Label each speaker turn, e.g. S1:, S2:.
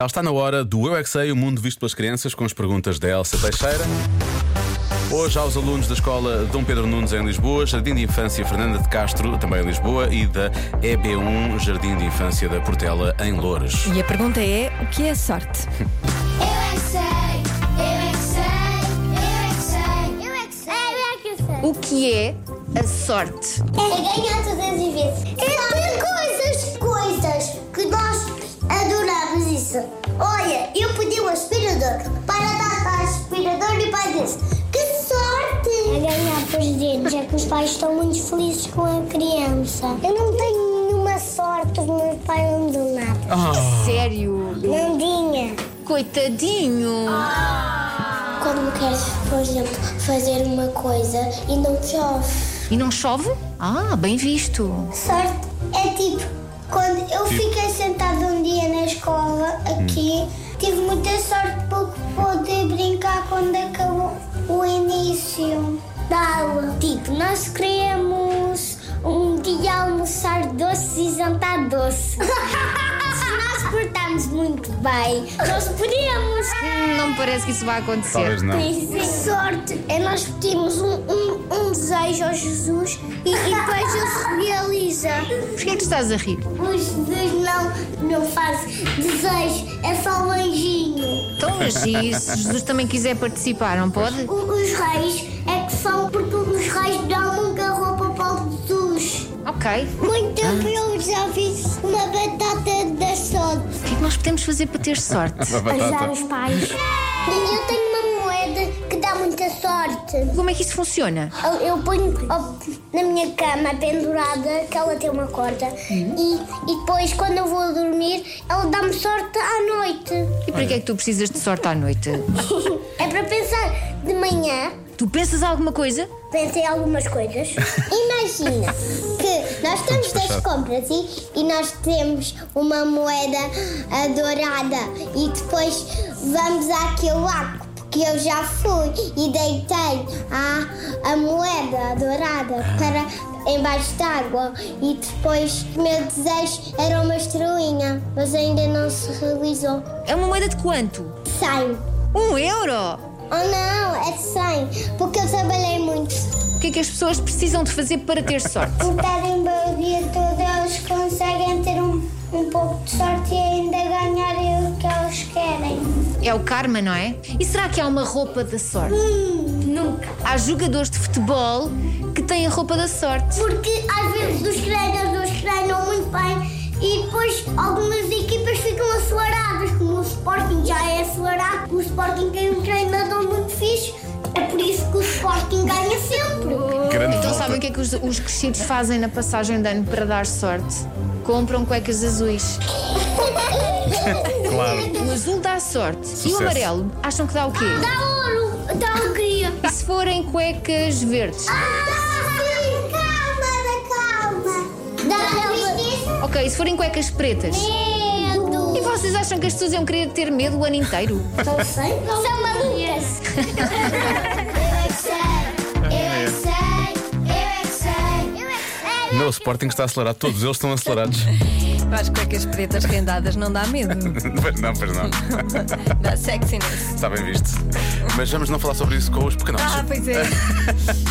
S1: Já Está na hora do Eu é Que Sei, o mundo visto pelas crianças, com as perguntas da Elsa Teixeira. Hoje, aos alunos da Escola Dom Pedro Nunes em Lisboa, Jardim de Infância Fernanda de Castro, também em Lisboa, e da EB1, Jardim de Infância da Portela, em Loures.
S2: E a pergunta é: o que é sorte?
S3: Eu é que sei, eu é que sei, eu é que sei, eu é que sei, eu é que sei.
S4: O que é a
S3: É
S4: sorte?
S3: ganhar todas as vezes. É ter coisas, coisas que nós adoramos isso. Olha, eu pedi um aspirador para dar para aspirador e para disse que sorte! É ganhar para os dedos, é que os pais estão muito felizes com a criança. Eu não tenho nenhuma sorte, os meus pais não dão nada.
S1: Ah.
S4: Sério?
S3: Nandinha.
S4: Coitadinho!
S3: Quando eu quero, por exemplo, fazer uma coisa e não chove.
S4: E não chove? Ah, bem visto!
S3: Sorte é tipo, quando eu fiquei sentada um dia na escola, aqui, tive muita sorte porque pude brincar quando acabou o início da aula. Tipo, nós queremos um dia almoçar doce e jantar doce. Se nós portarmos muito bem, nós podíamos.
S4: Não me parece que isso vai acontecer.
S1: Talvez não.
S3: Que sorte é nós pedimos um, um- um desejo ao Jesus e, e depois ele se realiza.
S4: Por que é que tu estás a rir?
S3: O Jesus não, não faz desejo, é só um anjinho.
S4: Então, mas e se Jesus também quiser participar, não pode?
S3: O- os reis é que são porque os reis dão nunca roupa para o Jesus.
S4: Ok.
S3: Muito
S1: Ah.
S3: eu já fiz uma batata da sorte.
S4: O que é que nós podemos fazer para ter sorte?
S1: Uma batata.
S3: os pais. Eu tenho uma moeda que dá muita sorte.
S4: Como é que isso funciona?
S3: Eu, eu ponho ó, na minha cama pendurada, que ela tem uma corda, e, e depois, quando eu vou dormir, ela dá-me sorte à noite.
S4: E para que é que tu precisas de sorte à noite?
S3: é para pensar de manhã,
S4: Tu pensas alguma coisa?
S3: pensei algumas coisas. Imagina que nós estamos das compras e, e nós temos uma moeda ah, dourada e depois vamos àquele arco porque eu já fui e deitei a, a moeda dourada para embaixo d'água e depois o meu desejo era uma estrelinha, mas ainda não se realizou.
S4: É uma moeda de quanto?
S3: Saio.
S4: Um euro!
S3: Oh não, é 100, porque eu trabalhei muito.
S4: O que é que as pessoas precisam de fazer para ter sorte?
S3: Se pedem o dia todo, eles conseguem ter um, um pouco de sorte e ainda ganharem o que eles querem.
S4: É o karma, não é? E será que há uma roupa da sorte?
S3: Hum,
S4: nunca. Há jogadores de futebol que têm a roupa da sorte.
S3: Porque às vezes os treinadores treinam muito bem e depois algumas equipas ficam assoaradas, como o Sporting já é assoarado. O Sporting tem um treinador muito fixe, é por isso que o Sporting ganha sempre.
S1: Grande
S4: Então
S1: volta.
S4: sabem o que é que os, os crescidos fazem na passagem de ano para dar sorte? Compram cuecas azuis.
S1: Claro.
S4: O azul dá sorte. E
S1: Sucesso.
S4: o amarelo? Acham que dá o quê?
S3: Dá ouro, dá alegria.
S4: E se forem cuecas verdes?
S3: Calma, calma. Dá tristeza.
S4: Ok, e se forem cuecas pretas? E
S3: Medo!
S4: vocês acham que as pessoas iam querer ter medo o ano inteiro?
S3: Não sei. São malucas. Eu é que sei, eu é que sei, eu é que sei, eu é que
S1: Meu, o Sporting está acelerado, todos eles estão acelerados.
S5: Para as cuecas pretas rendadas não dá medo,
S1: Pois não, pois não.
S5: dá sexiness.
S1: Está bem visto. Mas vamos não falar sobre isso com os pequenos.
S5: Ah, pois é.